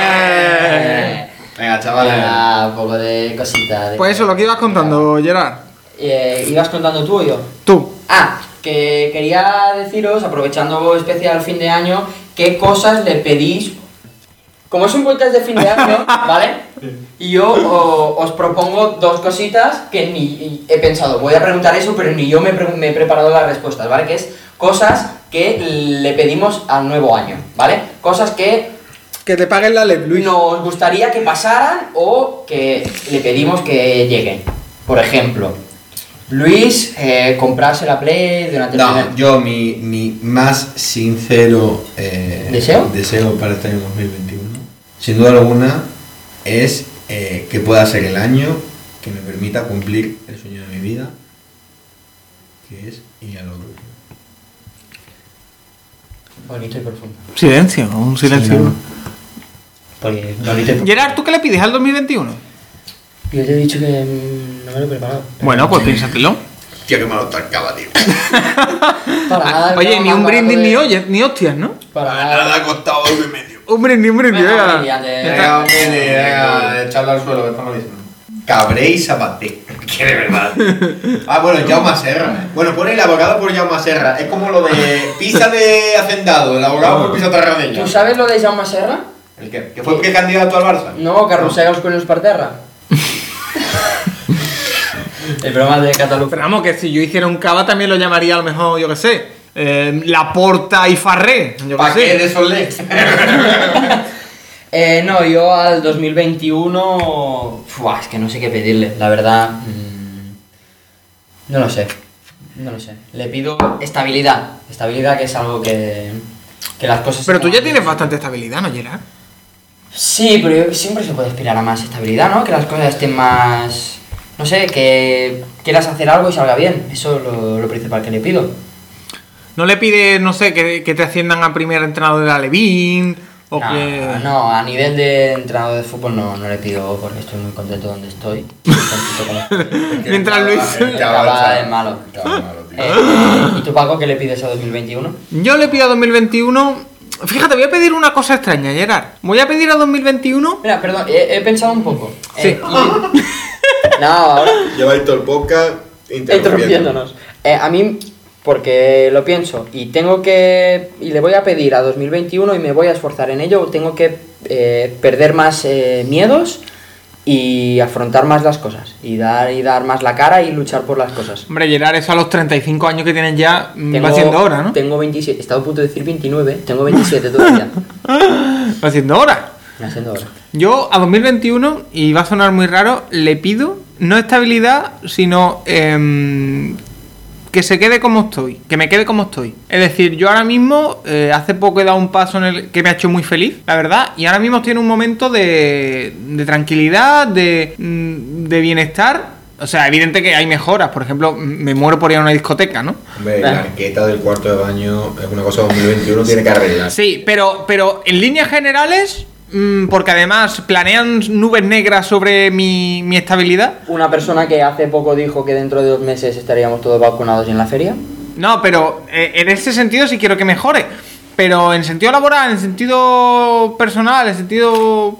eh,
Venga, chavales.
ah, un poco de cosita. de-
Pues eso, lo que ibas contando, Gerard.
Eh, ¿Ibas contando tú o yo?
Tú.
Ah, que quería deciros, aprovechando especial fin de año, qué cosas le pedís. Como es un podcast de fin de año, ¿vale? Y yo o- os propongo dos cositas que ni he pensado. Voy a preguntar eso, pero ni yo me, pre- me he preparado las respuestas, ¿vale? Que es cosas que le pedimos al nuevo año, ¿vale? Cosas que
Que te paguen la LEP, Luis.
nos gustaría que pasaran o que le pedimos que lleguen. Por ejemplo, Luis eh, comprarse la Play durante el primer-
No, yo mi, mi más sincero eh,
¿Deseo?
para este año 2021, sin duda alguna, es eh, que pueda ser el año que me permita cumplir el sueño de mi vida, que es ir al oro.
Bonito y profundo.
Silencio, un silencio.
Porque bonito y profundo.
Gerard, ¿tú qué le pides al 2021?
Yo te he dicho que mm, no me lo he preparado.
Bueno, pues piénsatelo.
Tío, que me lo tarcaba, tío.
Para nada,
Oye,
no,
ni un
más barato
brindis
de-
ni ollas, ni hostias, ¿no?
Para nada.
Nada ha costado algo y medio.
Un brindis, un brindis,
Venga,
venga.
brindis, antes.
Ya está.
Venga, Mini, venga, echarlo al suelo, que estamos diciendo. Cabré y Sabaté.
Que de verdad.
Ah, bueno, Jaume Serra. Bueno, pone el abogado por Jaume Serra. Es como lo de pizza de hacendado, el abogado por pizza tarradeña.
¿Tú sabes lo de Jaume Serra?
¿El qué? ¿Que fue candidato al Barça?
No, que arrossega els collons per terra. el programa de Cataluña.
Pero vamos, que si yo hiciera un cava también lo llamaría a lo mejor, yo qué sé, eh, La Porta y Farré. Yo qué
¿Para qué
sé.
de Solé?
Eh, no, yo al 2021. Fua, es que no sé qué pedirle, la verdad. mm, No lo sé. No lo sé. Le pido estabilidad. Estabilidad que es algo que. que las cosas.
Pero
se
tú ya
muevan.
tienes bastante estabilidad, ¿no, Gerard?
Sí, pero yo- siempre se puede aspirar a más estabilidad, ¿no? Que las cosas estén más. No sé, que quieras hacer algo y salga bien. Eso es lo, lo principal que le pido.
¿No le pides, no sé, que, que te asciendan a primer entrenador de la Levin? O
no,
que...
no, a nivel de entrenador de fútbol no, no le pido porque estoy muy contento donde estoy. Muy contento con el fútbol.
Mientras Luis...
El Cabada es malo. Eh, ¿Y tú, Paco, qué le pides a 2021?
Yo le pido a 2021... Fíjate, voy a pedir una cosa extraña, Gerard. Voy a pedir a 2021...
Mira, perdón, he, he pensado un poco.
Sí.
Eh, y- no, ahora.
Eh. Lleváis todo el podcast interrumpiendo.
Interrumpiéndonos. Eh, a mí, porque lo pienso, y tengo que. Y le voy a pedir a 2021 y me voy a esforzar en ello, tengo que eh, perder más eh, miedos y afrontar más las cosas. Y dar, y dar más la cara y luchar por las cosas.
Hombre, Gerard, eso a los 35 años que tienes ya mm, va
Tengo-
siendo hora, ¿no?
Tengo 27, estaba a punto de decir 29, tengo 27 todavía.
Va siendo hora.
Me haciendo hora.
Yo a 2021, y va a sonar muy raro, le pido no estabilidad, sino em, que se quede como estoy, que me quede como estoy. Es decir, yo ahora mismo, eh, hace poco he dado un paso en el que me ha hecho muy feliz, la verdad, y ahora mismo estoy en un momento de, de tranquilidad, de, mm, de bienestar. O sea, evidente que hay mejoras, por ejemplo, m- me muero por ir a una discoteca, ¿no?
Hombre, la arqueta del cuarto de baño es una cosa que 2021 tiene que arreglar.
Sí, pero, pero en líneas generales, mm, porque además planean nubes negras sobre mi, mi estabilidad.
Una persona que hace poco dijo que dentro de dos meses estaríamos todos vacunados y en la feria.
No, pero eh, en ese sentido sí quiero que mejore. Pero en sentido laboral, en sentido personal, en sentido...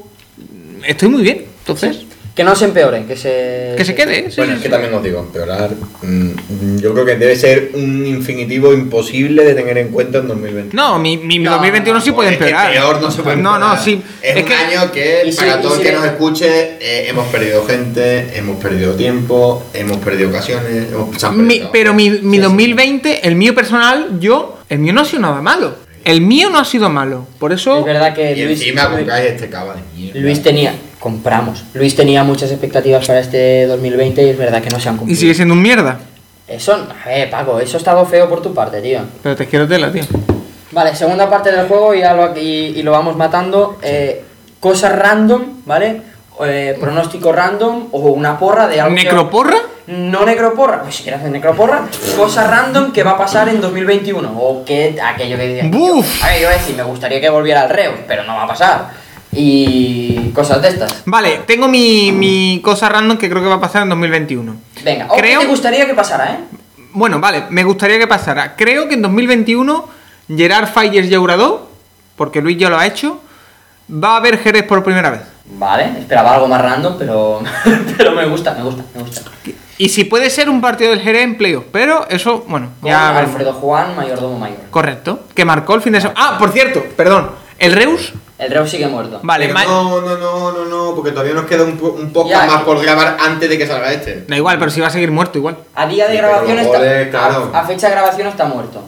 Estoy muy bien, entonces.
Que no se empeore, que se.
Que se quede, ¿eh? sí,
Bueno,
sí,
es que
sí.
también os digo, empeorar. mm, Yo creo que debe ser un infinitivo imposible de tener en cuenta en 2021.
No, mi, mi
No,
2021 sí
Pues
puede
es que
empeorar.
peor no se puede
No, no,
empeorar.
sí.
Es, un
que...
año que,
Y si-
para
y
todo
si
el que
le-
nos escuche, eh, hemos perdido gente, hemos perdido tiempo, hemos perdido ocasiones, hemos se han
Mi-
perdido-
pero mi, mi
Sí, sí.
2020, el mío personal, yo, el mío no ha sido nada malo. El mío no ha sido malo. Por
Es
eso...
verdad que
Y
Luis,
encima
Luis-
con Kai este cava de mierda.
Luis tenía. Compramos. Luis tenía muchas expectativas para este 2020 y es verdad que no se han
Y
cumplido.
sigue siendo un mierda.
Eso, a ver, Paco, eso ha estado feo por tu parte, tío.
Pero te quiero tela, tío.
Vale, segunda parte del juego ya lo, y, y lo vamos matando. Eh, cosas random, ¿vale? Eh, pronóstico random o una porra de algo. que-
¿Necroporra?
No necroporra, pues si quieres hacer necroporra, cosa random que va a pasar en 2021. O que aquello que diría.
Buf.
A ver, yo voy a decir, me gustaría que volviera al reo, pero no va a pasar. Y cosas de estas.
Vale, tengo mi, mi cosa random que creo que va a pasar en 2021.
Venga, o
Creo-
que te gustaría que pasara, ¿eh?
Bueno, vale, me gustaría que pasara. Creo que en 2021 Gerard Fires Yauradó, porque Luis ya lo ha hecho, va a ver Jerez por primera vez.
Vale, esperaba algo más random, pero, pero me gusta, me gusta, me gusta.
Y si puede ser un partido del Jerez en playoff, pero eso, bueno,
Con
ya veremos.
Alfredo Juan, mayordomo mayor.
Correcto, que marcó el fin de semana. Ah, por cierto, perdón, el Reus.
El reo sigue muerto.
Vale,
Pero
ma-
no, no, no, no, no, porque todavía nos queda un, po- un poco
Ya.
más por grabar antes de que salga este.
da igual, pero si va a seguir muerto igual.
A día de
Sí,
grabación
pero
está.
goles, claro.
a, a fecha de grabación está muerto.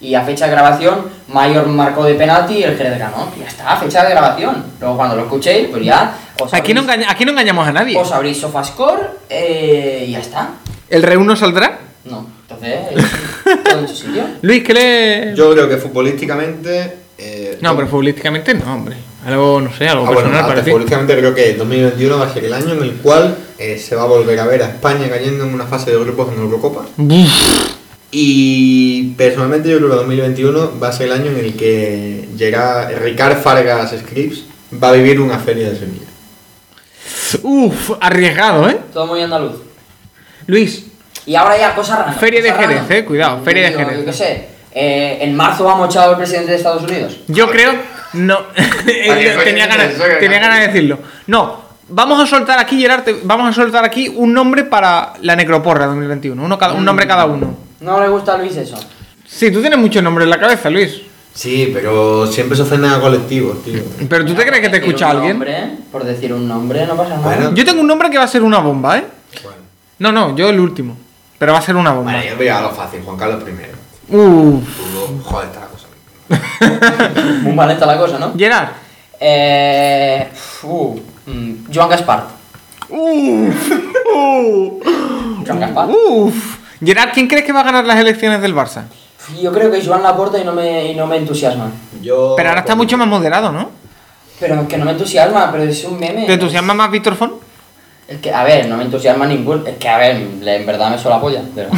Y a fecha de grabación, Mayor marcó de penalti y el Jerez ganó. Ya está, a fecha de grabación. Luego cuando lo escuchéis, pues ya. Os
Aquí no,
abrís,
engaña- aquí no engañamos a nadie.
os abrís Sofascore eh, y ya está.
¿El Reus no saldrá?
No, entonces. eh, todo en su sitio.
Luis, ¿qué le...?
Yo creo que futbolísticamente. eh,
No, pero futbolísticamente no, hombre. Algo, no sé, algo
Ah, bueno,
personal
antes,
para ti.
futbolísticamente creo que 2021 va a ser el año en el cual eh, se va a volver a ver a España cayendo en una fase de grupos en Eurocopa. Y personalmente yo creo que 2021 va a ser el año en el que llega Ricard Fargas Scripps va a vivir una feria de Sevilla.
Uf, arriesgado, ¿eh?
Todo muy andaluz.
Luis,
Y ahora ya, cosas raras.
Feria de
cosas
Jerez,
raras.
eh, cuidado, feria de
Yo-
Jerez.
Yo qué sé. eh, en marzo va mochado el presidente de Estados Unidos.
yo creo... No, eh,
Oye, oye,
tenía, ganas,
eso que
tenía
no.
ganas de decirlo. No, vamos a soltar aquí, Gerard, te- vamos a soltar aquí un nombre para la necroporra 2021. Uno cada, un nombre cada uno.
No le gusta a Luis eso.
Sí, tú tienes muchos nombres en la cabeza, Luis.
Sí, pero siempre se ofenden a colectivos, tío.
Pero tú te crees que te
Por decir
escucha
un
alguien.
nombre, por decir un nombre, no pasa nada.
Bueno.
Yo tengo un nombre que va a ser una bomba, ¿eh? No, no, yo el último. Pero va a ser una bomba.
Vale, yo voy a lo fácil, Juan Carlos I.
Uf.
Tú, Joder, está la cosa.
Muy maleta la cosa, ¿no?
Gerard,
Eh, uh, mm, Joan Gaspar.
Uf,
Joan Gaspar.
uf. Gerard, ¿quién crees que va a ganar las elecciones del Barça?
Yo creo que Joan Laporta y no me, y no me entusiasma.
Yo.
Pero ahora está mucho más moderado, ¿no?
Pero que no me entusiasma, pero es un meme.
¿Te entusiasma más Víctor Font?
Es que, a ver, no me entusiasma ningún. Es que, a ver, le- en verdad me suela polla. Pero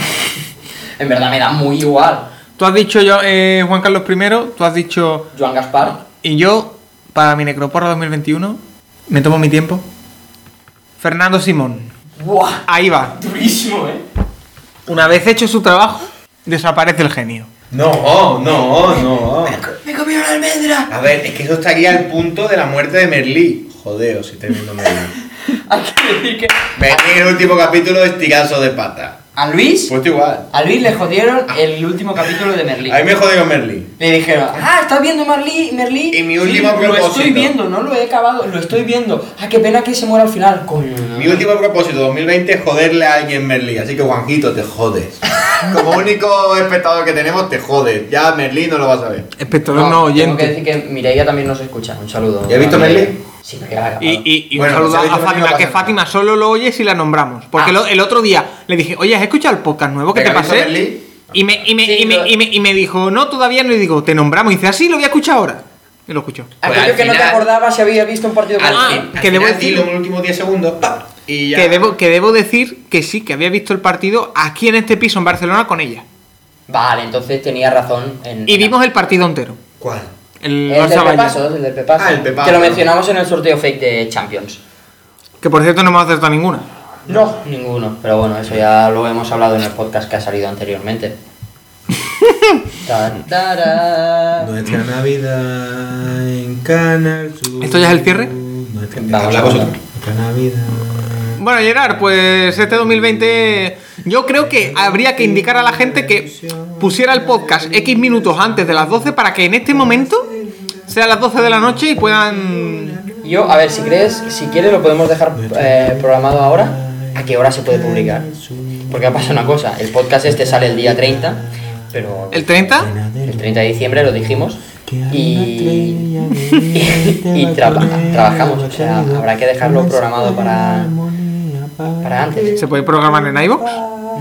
en verdad me da muy igual.
Tú has dicho yo, eh, Juan Carlos I, tú has dicho...
Joan Gaspar.
Y yo, para mi Necroporra 2021, me tomo mi tiempo. Fernando Simón.
Buah,
Ahí va.
Durísimo, ¿eh?
Una vez hecho su trabajo, desaparece el genio.
No, no, no. Me, comió una almendra. A ver, es que eso estaría al punto de la muerte de Merlí. Joder, si estoy viendo Merlí.
hay que decir que.
Merlí en el último capítulo de Estigazo de Pata.
A Luis.
Pues igual.
A Luis le jodieron el último capítulo de Merlí.
A mí me jodió Merlí.
Le dijeron, ah, ¿estás viendo Marlí, Merlí?
Y mi último
Lo
propósito.
estoy viendo, no lo he acabado, lo estoy viendo. Ah, qué pena que se muera al final, coño.
Mi último propósito 2020 es joderle a alguien Merlí. Así que Juanjito, te jodes. Como único espectador que tenemos, te jodes. Ya Merlí no lo vas a ver.
Espectador no,
Tengo que
oyente.
decir que Mireia también nos escucha. Un saludo.
¿Ya has visto
a Mireia.
Merlí?
Sí, me queda grabado.
Y, y- y un
Bueno,
saludo
pues,
a
¿sabéis que no
Fátima, que
pasa nada?
Fátima solo lo oye si la nombramos. Porque
Ah.
lo- el otro día le dije, oye, ¿has escuchado el podcast nuevo que te
¿Pegadito de
pasé?
Lee?
Y me, y, me,
Sí,
y, me,
lo-
y, me, y me dijo, no, todavía no. Y digo, te nombramos. Y dice, así lo voy a escuchar ahora. Y lo escuchó.
Aquello
Pues al
Ah, que no te
final-
acordabas si habías visto un partido con
Ah,
alguien.
que debo
Al final,
decir-
dilo en el último 10 segundos. ¡pap! Y ya.
Que debo, que debo decir que sí, que había visto el partido aquí en este piso, en Barcelona, con ella.
Vale, entonces tenía razón. En,
Y vimos el partido entero.
¿Cuál?
El,
el
Barça
del
Bayern.
Pepaso, el del Pepaso.
Ah, el Pepaso.
Que lo mencionamos en el sorteo fake de Champions.
Que por cierto no hemos acertado ninguna.
No, ninguno. Pero bueno, eso ya lo hemos hablado en el podcast que ha salido anteriormente. Ta- tará.
Nuestra Navidad en Canal Sur.
¿Esto ya es el cierre?
Nuestra-
Vamos
Habla
a
vosotros.
Nuestra Navidad.
Bueno, Gerard, pues este 2020 yo creo que habría que indicar a la gente que pusiera el podcast X minutos antes de las 12 para que en este momento sean las 12 de la noche y puedan...
Yo, a ver, si crees, si quieres lo podemos dejar eh, programado ahora. ¿A qué hora se puede publicar? Porque pasa una cosa, el podcast este sale el día 30, pero
¿El 30?
el 30 de diciembre lo dijimos y, y traba- trabajamos, o sea, habrá que dejarlo programado para, para antes.
¿Se puede programar en iVoox?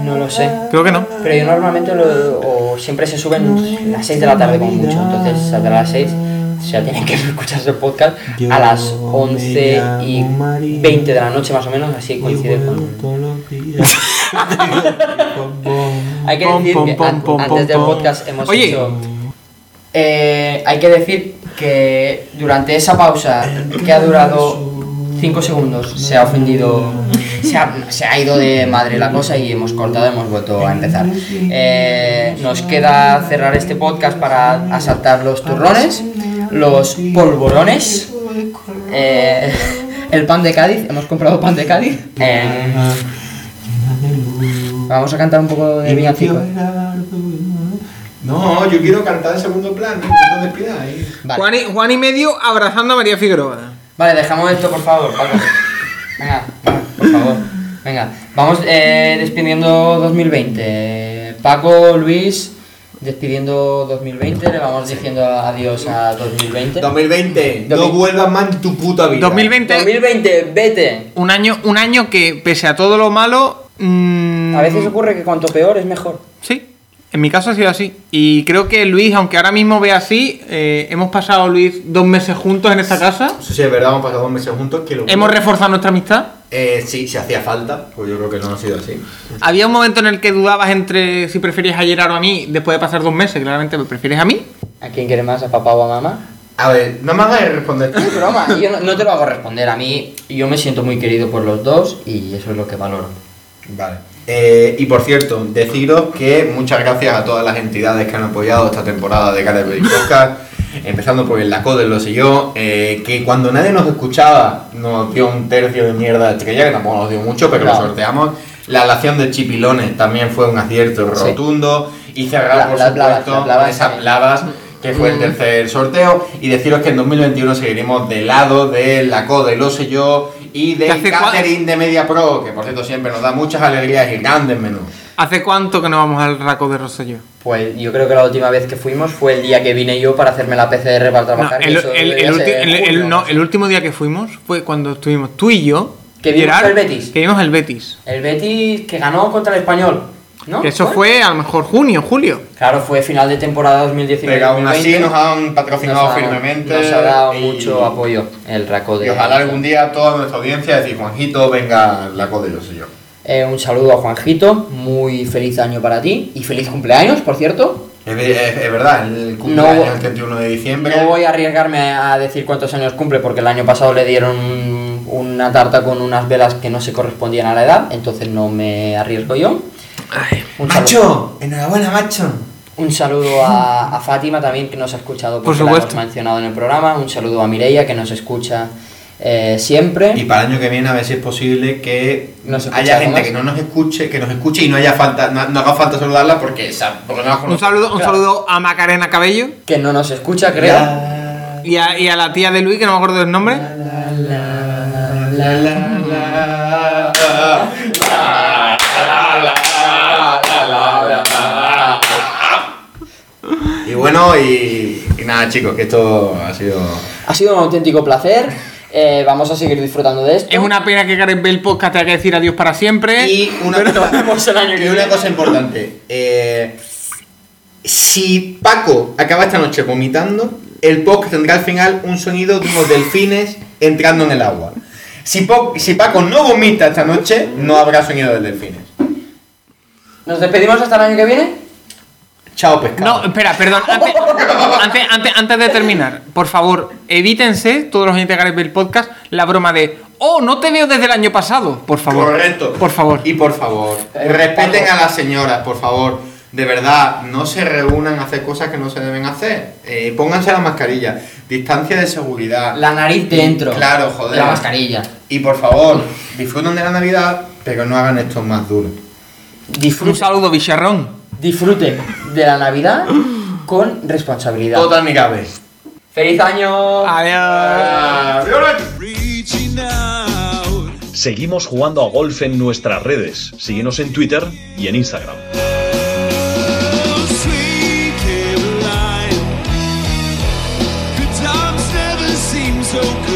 No lo sé.
Creo que no.
Pero yo normalmente lo, o siempre se suben a las 6 de la tarde como mucho, entonces saldrá a las 6. O sea, tienen que escucharse el podcast a las 11 y 20 de la noche más o menos, así coincide con...
Todos los días. Pom, pom.
Hay que
Pom,
decir
pom,
que
pom,
an-
pom, pom,
antes del
pom.
podcast hemos
Oye.
hecho... Eh, hay que decir que durante esa pausa que ha durado 5 segundos se ha ofendido, se ha, se ha ido de madre la cosa y hemos cortado, hemos vuelto a empezar. Eh, nos queda cerrar este podcast para asaltar los turrones, los polvorones, eh, el pan de Cádiz, hemos comprado pan de Cádiz. Eh, vamos a cantar un poco de villancico.
No, yo quiero cantar en segundo plano. No despidáis.
Vale.
Juan, y, Juan y medio abrazando a María Figueroa.
Vale, dejamos esto, por favor, Paco. Venga, va, por favor. Venga, vamos eh, despidiendo 2020. Paco, Luis, despidiendo 2020. Le vamos diciendo adiós a 2020.
2020, no
Dos mil-
vuelvas más en tu puta vida.
2020,
2020, vete.
un año, un año que pese a todo lo malo... mm,
A veces ocurre que cuanto peor es mejor.
Sí, en mi caso ha sido así. Y creo que Luis, aunque ahora mismo ve así, eh, hemos pasado, Luis, dos meses juntos en esta casa.
Eso sí, es verdad, hemos pasado dos meses juntos. Que lo...
Hemos reforzado nuestra amistad.
Eh, sí, si hacía falta, pues yo creo que no ha sido así.
Había un momento en el que dudabas entre si preferías a Gerard o a mí después de pasar dos meses. Claramente me prefieres a mí.
¿A quién quiere más? ¿A papá o a mamá?
A ver, no me hagas responder.
Es broma, ¿eh? yo no, no te lo hago responder. A mí, yo me siento muy querido por los dos y eso es lo que valoro.
Vale. Eh, y por cierto, deciros que muchas gracias a todas las entidades que han apoyado esta temporada de Cara del Podcast, empezando por el Laco del Lo sé yo, eh, que cuando nadie nos escuchaba nos dio un tercio de mierda de estrella, que tampoco nos dio mucho, pero
Claro.
lo sorteamos. La alación de Chipilones también fue un acierto
Sí.
rotundo. Y cerrar,
La- eh.
por
las blavas,
supuesto,
las blavas,
esas
sí.
blavas, que fue
Mm.
el tercer sorteo. Y deciros que en 2021 seguiremos del lado de Laco del Lo sé yo y
¿Qué
del
hace cua-
Catering de Media Pro, que por cierto siempre nos da muchas alegrías y grandes menús.
¿Hace cuánto que no vamos al raco de Rosselló?
Fue, Pues yo creo que la última vez que fuimos fue el día que vine yo para hacerme la PCR para
No,
trabajar. que
el,
eso
el-
debería
el
ser
ulti- el- el-
julio.
no, el último día que fuimos fue cuando estuvimos tú y yo.
Que vimos el Betis.
Que vimos el Betis.
El Betis que ganó contra el Español, ¿no?
Que eso fue a lo mejor junio, julio.
Claro, fue final de temporada 2019.
Pero aún así
2020.
nos han patrocinado
Nos ha-
firmemente.
Nos ha dado
y-
mucho apoyo el Raco de.
Y ojalá algún día toda nuestra audiencia decir, Juanjito, venga la code yo soy yo.
Eh, un saludo a Juanjito, muy feliz año para ti y feliz cumpleaños, por cierto.
Es, es- es verdad, el cumpleaños
No-
el 31 de diciembre.
No voy a arriesgarme a decir cuántos años cumple porque el año pasado le dieron un- una tarta con unas velas que no se correspondían a la edad, entonces no me arriesgo yo. Un saludo,
¡Macho! ¡Enhorabuena, macho!
un saludo a, a Fátima también que nos ha escuchado porque la
supuesto.
hemos mencionado en el programa. Un saludo a Mireia que nos escucha eh, siempre.
Y para el año que viene a ver si es posible que
Nos escucha
haya
algo
gente
más.
que no nos escuche, que nos escuche y no haya falta, no, no haga falta saludarla porque, sa- porque no la
Un
conozco.
saludo, un
Claro.
saludo a Macarena Cabello
que no nos escucha, creo.
y a, y a la tía de Luis, que no me acuerdo del nombre.
Y bueno, y, y nada chicos, que esto ha sido...
Ha sido un auténtico placer. eh, vamos a seguir disfrutando de esto.
Es una pena que Gareth Bale Podcast tenga que decir adiós para siempre.
Y una,
vemos el año que
y una
viene.
cosa importante. eh, si Paco acaba esta noche vomitando, el podcast tendrá al final un sonido de unos delfines entrando en el agua. Si, Po- si Paco no vomita esta noche, no habrá sonido de delfines.
Nos despedimos hasta el año que viene.
Chao, pescado.
No, espera, perdón. Antes, antes, antes- antes de terminar, por favor, evítense, todos los integrantes del podcast, la broma de Oh, no te veo desde el año pasado. Por favor.
Correcto.
Por favor.
Y por favor,
Eh,
respeten
Paco.
a las señoras, por favor. De verdad, no se reúnan a hacer cosas que no se deben hacer. Eh, pónganse la mascarilla. Distancia de seguridad.
La nariz dentro.
Claro, joder.
La mascarilla.
Y por favor, disfruten de la Navidad, pero no hagan esto más duro.
Un
Disfruten,
saludo, Bicharrón.
disfruten de la Navidad con responsabilidad.
Total mi cabeza.
¡Feliz año!
Adiós.
Seguimos jugando a golf en nuestras redes. Síguenos en Twitter y en Instagram.
Oh, Sweet Caroline, good times never seem so